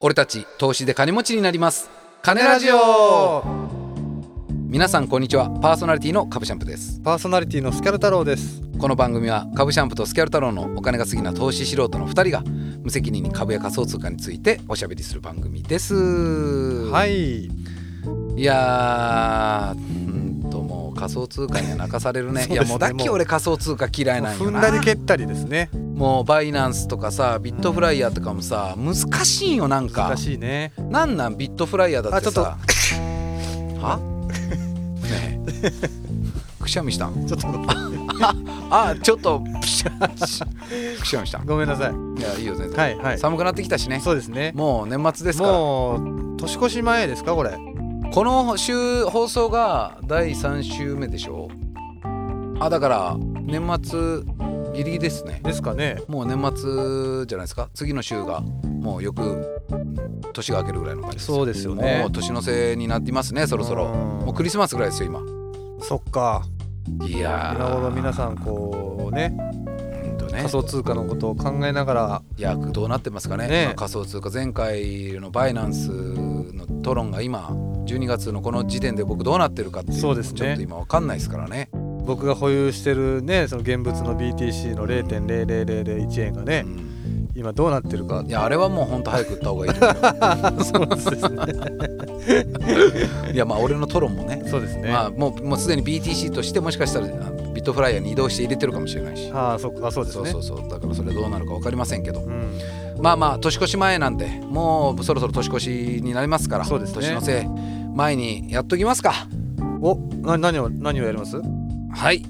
俺たち投資で金持ちになります金ラジオ皆さんこんにちはパーソナリティの株シャンプですパーソナリティのスキャル太郎ですこの番組は株シャンプとスキャル太郎のお金が好きな投資素人の2人が無責任に株や仮想通貨についておしゃべりする番組ですははいいやーうーんともう仮想通貨には泣かされるねそういでやすねもうだっけ俺仮想通貨嫌いなんよ踏んなだり蹴ったりですねもうバイナンスとかさビットフライヤーとかもさ難しいよなんか難しいねなんなんビットフライヤーだってさはねえくしゃみしたんちょっとあちょっとプシャくしゃみしたごめんなさいいやいいよ全然、はいはい寒くなってきたしねそうですねもう年末ですからもう年越し前ですかこれこの週放送が第3週目でしょあだから年末ギリギリですねですかねもう年末じゃないですか次の週がもうよく年が明けるぐらいの感じですそうですよねもう年の瀬になっていますねそろそろもうクリスマスぐらいですよスそっか今いやー今頃皆さんこうねほんとね仮想通貨のことを考えながらいやどうなってますかねね今仮想通貨前回のバイナンスのトロンが今12月のこの時点で僕どうなってるかっていうのそうもでちすねょっと今わかんないですからね僕が保有してるねその現物の BTC の0.00001円がねうん今どうなってるかいやあれはもうほんと早く売った方がいいと思う そうですねよ いやまあ俺のトロンもねそうですねまあもうもうすでに BTC としてもしかしたらあのビットフライヤーに移動して入れてるかもしれないしああそっかそうですねそうそうそうだからそれどうなるか分かりませんけどうんまあまあ年越し前なんでもうそろそろ年越しになりますからそうですね年のせい前にやっときますかおな何を何をやります はい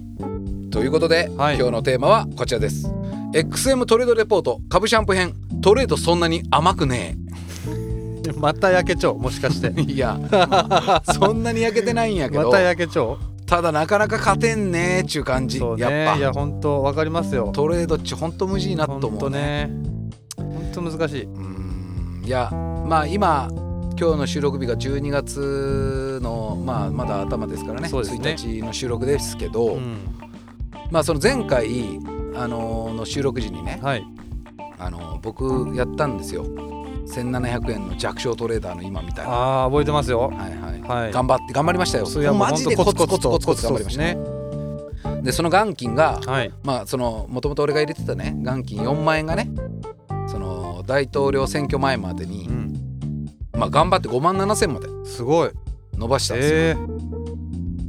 ということで、はい今日のテーマはこちらです XM トレードレポート株シャンプ編トレードそんなに甘くねまた焼けちょうもしかしてえ いや、まあそんなに焼けてないんやけまど、た焼けちょただなかなか勝てんねえっちゅう感うじ、そうねやっいぱや本当わかりますよトレードっちほんと無事になっ本と思当うねね本当難しいうーんいやまあ今今日の収録日が12月の、まあ、まだ頭ですからねそうですね1日の収録ですけど、うんまあその前回、あのーの収録時にね、はいあのー僕やったんですよ1700円の弱小トレーダーの今みたいな、はああ覚えてますよいはいはい頑張って頑張りましたよそういやもうマジでコほんツとコツコツコツと頑張りましたそうですでその元金が、ねはいまあそのもともと俺が入れてたね元金4万円がねその大統領選挙前までに、うんまあ、頑張って5万7千まですごい伸ばしたんですよ、え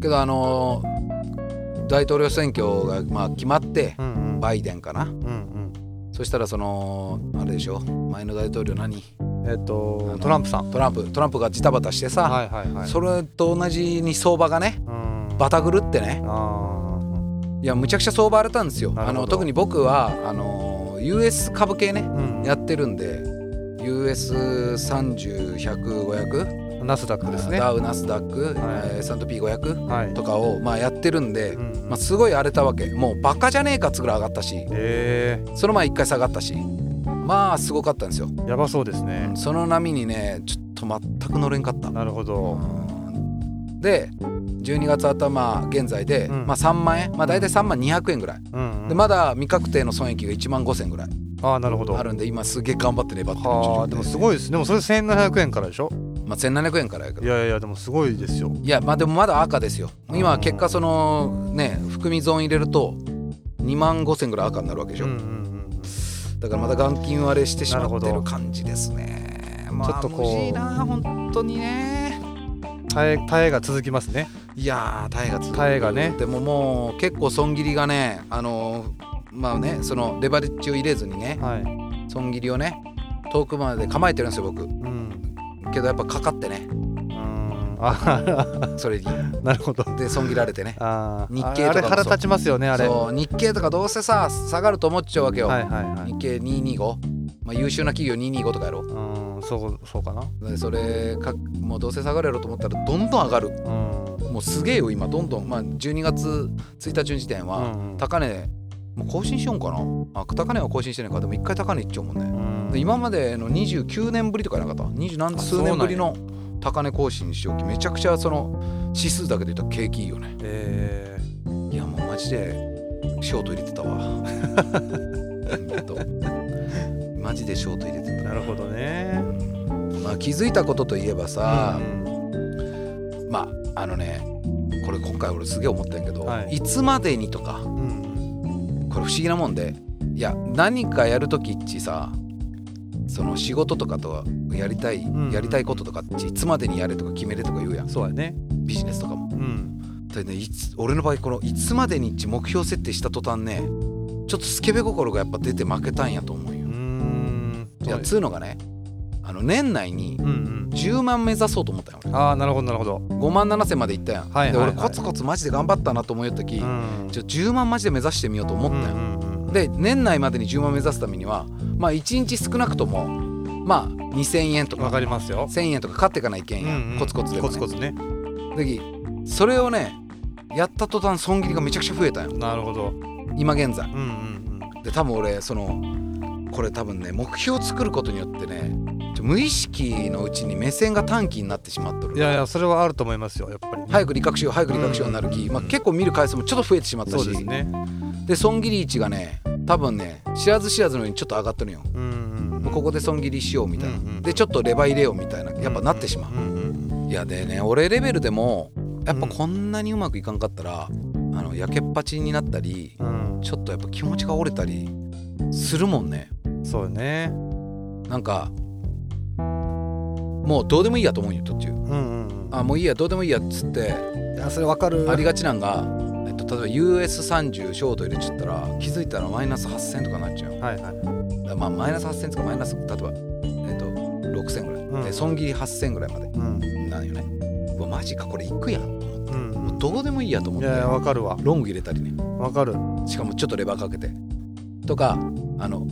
けどあのー大統領選挙がまあ決まってえうんうんバイデンかなうんそしたらそのあれでしょ前の大統領何うんえっあのとトランプさんトランプトランプがジタバタしてさ、はいはいはいそれと同じに相場がねうんバタ狂ってねあーいやむちゃくちゃ相場荒れたんですよなあるほどの特に僕はあのー US 株系ねうんやってるんで US30100500500、ナスダックですねダウナスダック、はいえー S&P500 はいとかをまあやってるんで、うんうんまあ、すごい荒れたわけもうバカじゃねえかっつぐらい上がったしえその前一回下がったしまあすごかったんですよ、えやばそうですねその波にねちょっと全く乗れんかったなるほうどんで12月頭現在で、うんまあ、3万円まあ大体3万200円ぐらいうんうでんまだ未確定の損益が1万5000ぐらいああなるほどあるんで今すげえ頑張って粘ってるはあでもすごい、いですねでもそれ1700円からでしょまあ、1700円からやけいどやいやいやでもすごいですよいやまあでもまだ赤ですよう今ん結果そのね含み損入れると2万5000ぐらい赤になるわけでしょ、うんうんうんだからまた眼筋割れしてしまってなるるほど感じですね。まあ、ちょっとこう無事な本当にね。耐え耐えが続きますねいやー耐えがつく耐えがねでももう結構損切りがねあのーまあねそのレバレッジを入れずにねはい、損切りをね遠くまで構えてるんですよ僕うん、けどやっぱかかってねうんあそれになるほどで損切られてねあー日経とかもそうあれ腹立ちますよねあれはそう日経とかどうせさ下がると思っちゃうわけいよ、はいはい日経225まあ優秀な企業225とかやろうんそうそうかなでそれかもうどうせ下がるやろと思ったらどんどん上がるうんもうすげえよ今どんどん、まあ、12月1日の時点はうんうん高値もう更新しようんかなあ高値は更新してないかでも一回高値いっちゃうもんねうんで今までの29年ぶりとかやなかった20何数年ぶりの高値更新しようきめちゃくちゃその指数だけで言ったら景気いいよねえいやもうマジでショート入れてたわ ほんとマジでショート入れてー、たなるほどねうんあ気づいたことといえばさ、うんまああのねこれ今回俺すげえ思ったんやけど、、はいつまでにとかうんこれ不思議なもんでいや何かやるときっちさその仕事とかとはやりたい、んやりたいこととかっちいつまでにやれとか決めれとか言うやんそうやねビジネスとかも。うんでねいつ俺の場合このいつまでにっち目標設定した途端ねちょっとスケベ心がやっぱ出て負けたんやと思うよ。うーんいやつうのがねあの年内にうんうん10万目指そうと思ったよ俺ああなるほどなるほど5万7千までいったやん、はいはいはいで俺コツコツマジで頑張ったなと思うよったき、うんちょ10万マジで目指してみようと思ったよ、うんうんうんで年内までに10万目指すためにはまあ1日少なくともまあ2,000円とかわかりますよ1,000円とか買っていかないけんや、うんうんコツコツでも、ね、コツコツねできそれをねやった途端損切りがめちゃくちゃ増えたよなるほど今現在うんうんで多分俺そのこれ多分ね目標を作ることによってねちょ無意識のうちに目線が短期になってしまっとうるんいやいやそれはあると思いますよやっぱり早く理覚しよう早く理覚しようになるき、うんまあ、結構見る回数もちょっと増えてしまったそうしですねで損切り位置がね多分ね知らず知らずのようにちょっと上がってるよ、うんうんうもんうここで損切りしようみたいな、うんうんでちょっとレバー入れようみたいなやっぱなってしまう、んうんうんいやでね俺レベルでもやっぱこんなにうまくいかんかったら、あのやけっぱちになったりうんちょっとやっぱ気持ちが折れたりするもんねそうねなんかもうどうでもいいやと思うんよ途中うんうんうんあもういいやどうでもいいやっつっていやそれわかるありがちなんが、えっと、例えば US30 ショート入れちゃったら気づいたらマイナス8000とかになっちゃうはいはいだまあマイナス8000とかマイナス例えば、えっと、6000ぐらい、うんで損切り8000ぐらいまでうんなんよねうわマジかこれいくやんと思ってうんもうどうでもいいやと思いってやいやわかるわロング入れたりねわかるしかもちょっとレバーかけてとかあの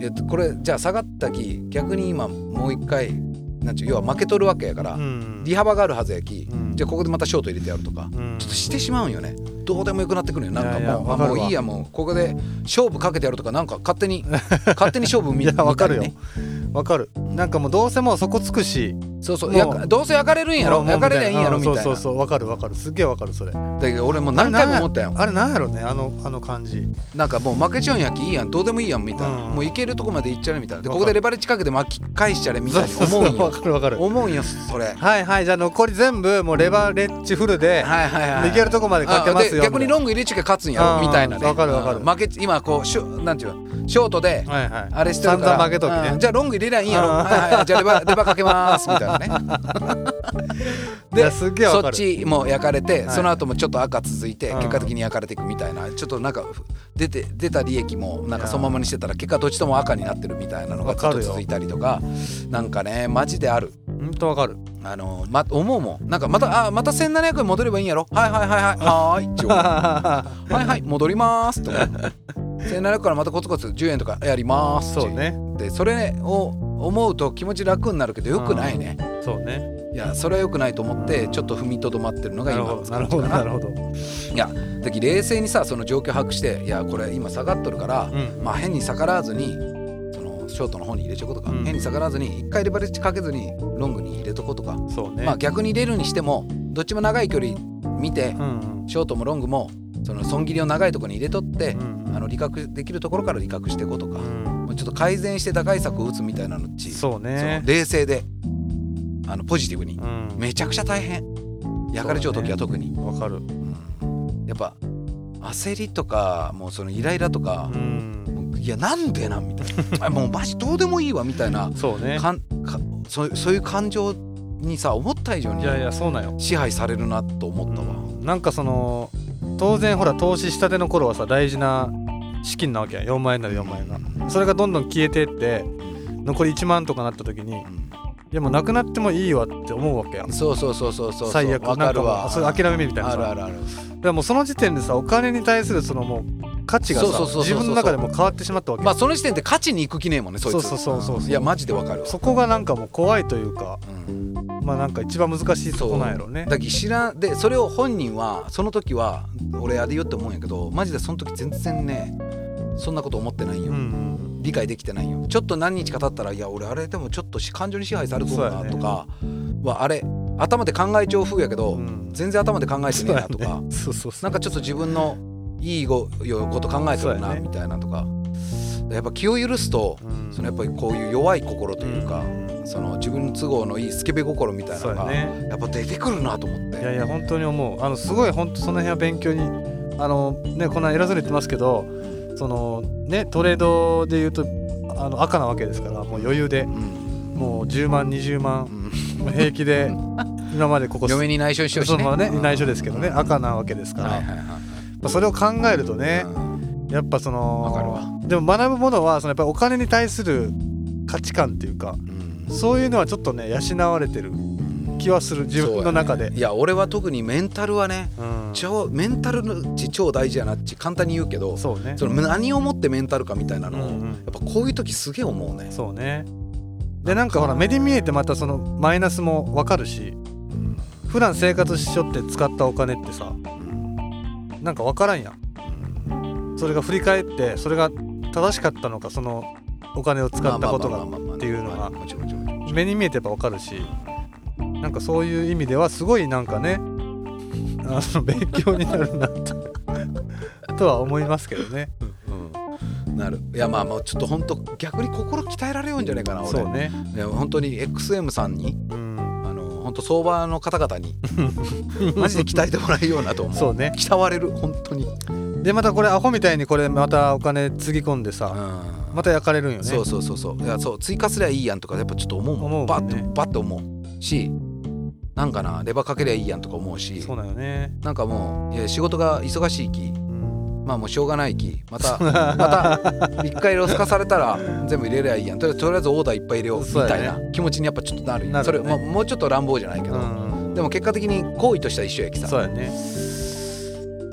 えっとこれじゃあ下がったき逆に今もう一回なんちゅう要は負けとるわけやから、うん利幅があるはずやき、うんじゃあここでまたショート入れてやるとか、うんちょっとしてしまうんよねどうでもよくなってくるよなんかもういやいやあわかるもわういいやもうここで勝負かけてやるとかなんか勝手 に勝手に勝負みいやわかるみよたいにねわかるなんかもうどうせもうそこつくしそうそうもうやかどうせ焼かれるんやろもうもう焼かれりゃいいんやろみたいなうそうそうそうわかるわかるすっげえわかるそれだけど俺もう何回も思ったよあれなんやろねあのあの感じなんかもう負けちゃうんやきいいやんどうでもいいやんみたいな、うんもういけるとこまでいっちゃれみたいなでわこかるこでレバレッジかけて巻き返しちゃれみたいにそう思そううんそよう わかるわかる思うんよそれはいはいはいじゃあ残り全部もうレバレッジフルで、はいはいいけるとこまでかけますよあで逆にロング入れちゃけ勝つんやろみたいなねうんわかるわかるうん負けち今こうシュなんていうのショートではいはいあれしてるから散々負けときねうんじゃあロング入れりゃいいんやろうんはいはいじゃあレバレバかけますみたいなね いやすっげえわそかっるちも焼かれて、はいその後もちょっと赤続いて、うん結果的に焼かれていくみたいなちょっとなんかふ出て出た利益もなんかそのままにしてたら結果どっちとも赤になってるみたいなのがわずっかとるよ続いたりとかなんかねマジであるほんとわかるあの、ま、思うもんなんかまたあまた1700円戻ればいいんやろはいはいはいはいはーいって思うはいはい戻りますと か1700からまたコツコツ10円とかやります そうねでそれを思うと気持ち楽になるけどよくないねそうねいやそれはよくないと思ってちょっと踏みとどまってるのがなる今ほのどな感るじかほどななるほどいやだき冷静にさその状況把握していやこれ今下がっとるから、うんまあ変に逆らわずにそのショートの方に入れちゃおうとか、うん変に逆らわずに一回レバレッジかけずにロングに入れとこうとか、そうねまあ逆に入れるにしてもどっちも長い距離見て、うんうんショートもロングもその損切りを長いところに入れとってう、んあの利確できるところから利確していこうとか、うもんうちょっと改善して打開策を打つみたいなのっちそうそのね冷静であのポジティブに、うんめちゃくちゃ大変焼かれちゃう時は特に、わかるうんやっぱ焦りとかもうそのイライラとかう、んもういやなんでなんみたいな あもうマジどうでもいいわみたいなそうねかんかそうそういう感情にさ思った以上いにやいやそうなんよ支配されるなと思ったわ、なんかその当然ほら投資したての頃はさ大事な資金なわけや4万円なら4万円がそれがどんどん消えてって残り1万とかなった時にでもなくなってもいいわって思うわけやうんそうそうそうそうそう最悪わかるなんかもわうそれ諦めみたいなあるあさるあるでもうその時点でさお金に対するそのもう価値がそうそうさそうそう自分の中でもう変わってしまったわけまあその時点で勝ちに行く気ねえもんねそいつそうそうそうそうそうんやマジでわかるわそこがなんかもう怖いというかうんまあなんか一番難しいとこなんやろうねだけど知らんでそれを本人はその時は俺あれよって思うんやけどマジでその時全然ねそんなこと思ってないんうよ、ん理解できてないんよちょっと何日か経ったらいや俺あれでもちょっとし感情に支配されそうだなとかは、あれ頭で考え調風やけど、うんうん全然頭で考えてねえなとそうやか、ねそうそうそなうんかちょっと自分のいいごよこと考えてるそうなやねみたいなとかやっぱ気を許すと、うんそのやっぱりこういう弱い心というか、うんその自分都合のいいスケベ心みたいなそうのやが、ねやっぱ出てくるなと思っていやいや本当に思うあのすごい本当その辺は勉強にあのねこんな偉そうに言ってますけどそのねトレードで言うとあの赤なわけですからもう余裕でうんもう10万20う万ん平気 で今までここ嫁に内緒にしてほしそいのねままね内緒ですけどねうん赤なわけですから、はいまはいはいあそれを考えるとねうんやっぱそわかるわのでも学ぶものはそのやっぱりお金に対する価値観っていうかうんそういうのはちょっとね養われてる気はする自分の中で。いや俺は特にメンタルはねうん超メンタルのうち超大事やなっち簡単に言うけどそうねその何をもってメンタルかみたいなのを、うんうんやっぱこういう時すげえ思うねそうねでなんかほら目に見えてまたそのマイナスも分かるし普段生活しよって使ったお金ってさなんか分からんやんそれが振り返ってそれが正しかったのかそのお金を使ったことがっていうのがもちろんもちろんもちろん目に見えてやっぱ分かるしなんかそういう意味ではすごいなんかねあの勉強になるなと とは思いますけどねうんなるいやまあまあちょっと本当逆に心鍛えられるんじゃないかな俺そうねいや本当に XM さんにうんあの本当相場の方々 にマジで鍛えてもらえるようなと思うそうね鍛われる本当に、うんでまたこれアホみたいにこれまたお金つぎ込んでさまた焼かれるんよねそうそうそうそういやそう追加すりゃいいやんとかやっぱちょっと思うもん思うもバんッてねバッて思うしなんかなレバーかけりゃいいやんとか思うしそうだよね。なんかもういや仕事が忙しいきうん、まあもうしょうがないきまたまた一回ロス化されたら全部入れりゃいいやんとりあえずとりあえずオーダーいっぱい入れようみそうだたねいな気持ちにやっぱちょっとなるよなるそよれねももうちょっと乱暴じゃないけど、うんでも結果的に行為としては一緒やきさそうやね。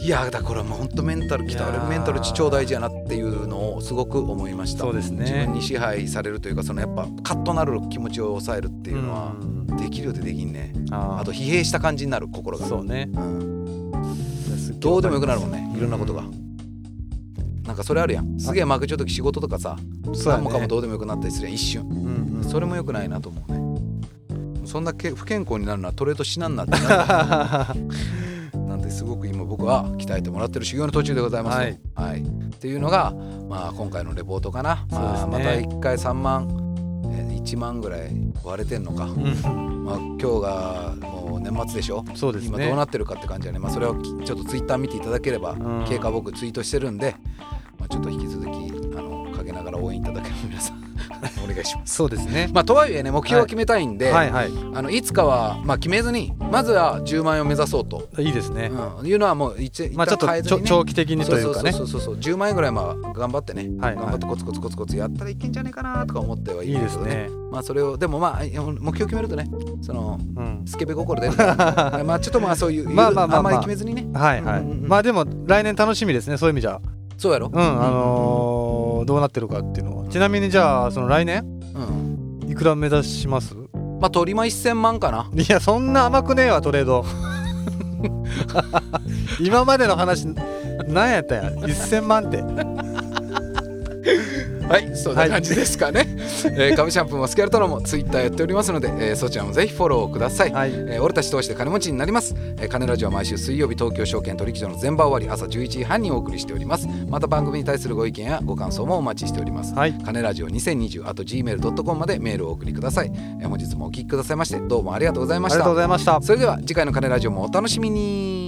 いやだからもうほんとメンタル鍛われいやるーメンタル超大事やなっていうのをすごく思いましたそうですね。自分に支配されるというかそのやっぱカッとなる気持ちを抑えるっていうのはんできるようでできんねああと疲弊した感じになる心がそうね。うんどうでもよくなるもんねいろんなことがなんかそれあるやんすげえ負けちゃう時仕事とかさそうや何ね。もかもどうでもよくなったりするやん一瞬うんうんそれもよくないなと思うねそんだけ不健康になるのはトレードしなんなってなんですごく今僕は鍛えてもらってる修行の途中でございますね、はいっていうのが、まあ、今回のレポートかな、そうでますねあまた一回3万、えー1万ぐらい割れてんのか、うんまあ、今日がもう年末でしょそうです今どうね。なってるかって感じだね、まあ、それをきちょっとツイッター見ていただければ、ん経過僕ツイートしてるんで、まあ、ちょっと引き続きあの陰ながら応援いただければ皆さん お願いします。そうですね。まあ、とはいえね目標を決めたいんで、はいい、はい。あのいつかは、まあ、決めずにまずは10万円を目指そうと、いいですね。うん、いうのはもう一一まあちょ旦っと変えちずょにね長期的にというかね。そうそうそうそうそう10万円ぐらいまあ頑張ってね、はい頑張ってコツコツコツコツやったらいけんじゃねえかなとか思ってはいいるいんでけすどね。まあそれをでもまあいや目標決めるとねそのうん。スケベ 心出るからまあちょっとまあそういうまあまあまあまあんまり決めずにねはいはい。うんうんうんまあでも来年楽しみですね。そういう意味じゃ。そうやろうん。あのーどうなってるかっていうのは。ちなみにじゃあその来年うんいくら目指します？まあ取りま1000万かないやそんな甘くねえわトレード今までの話何やったんや1000万ってはいそんな感じですか ね、えー、紙シャンプーもスケルトロもツイッターやっておりますので、えーそちらもぜひフォローください、はいえー俺たち通して金持ちになります、えー金ラジオは毎週水曜日東京証券取引所の前場終わり朝11時半にお送りしておりますまた番組に対するご意見やご感想もお待ちしております、はい金ラジオ2020あと gmail.com までメールをお送りください、えー本日もお聞きくださいましてどうもありがとうございまあしりがたとうございましたそれでは次回の金ラジオもお楽しみに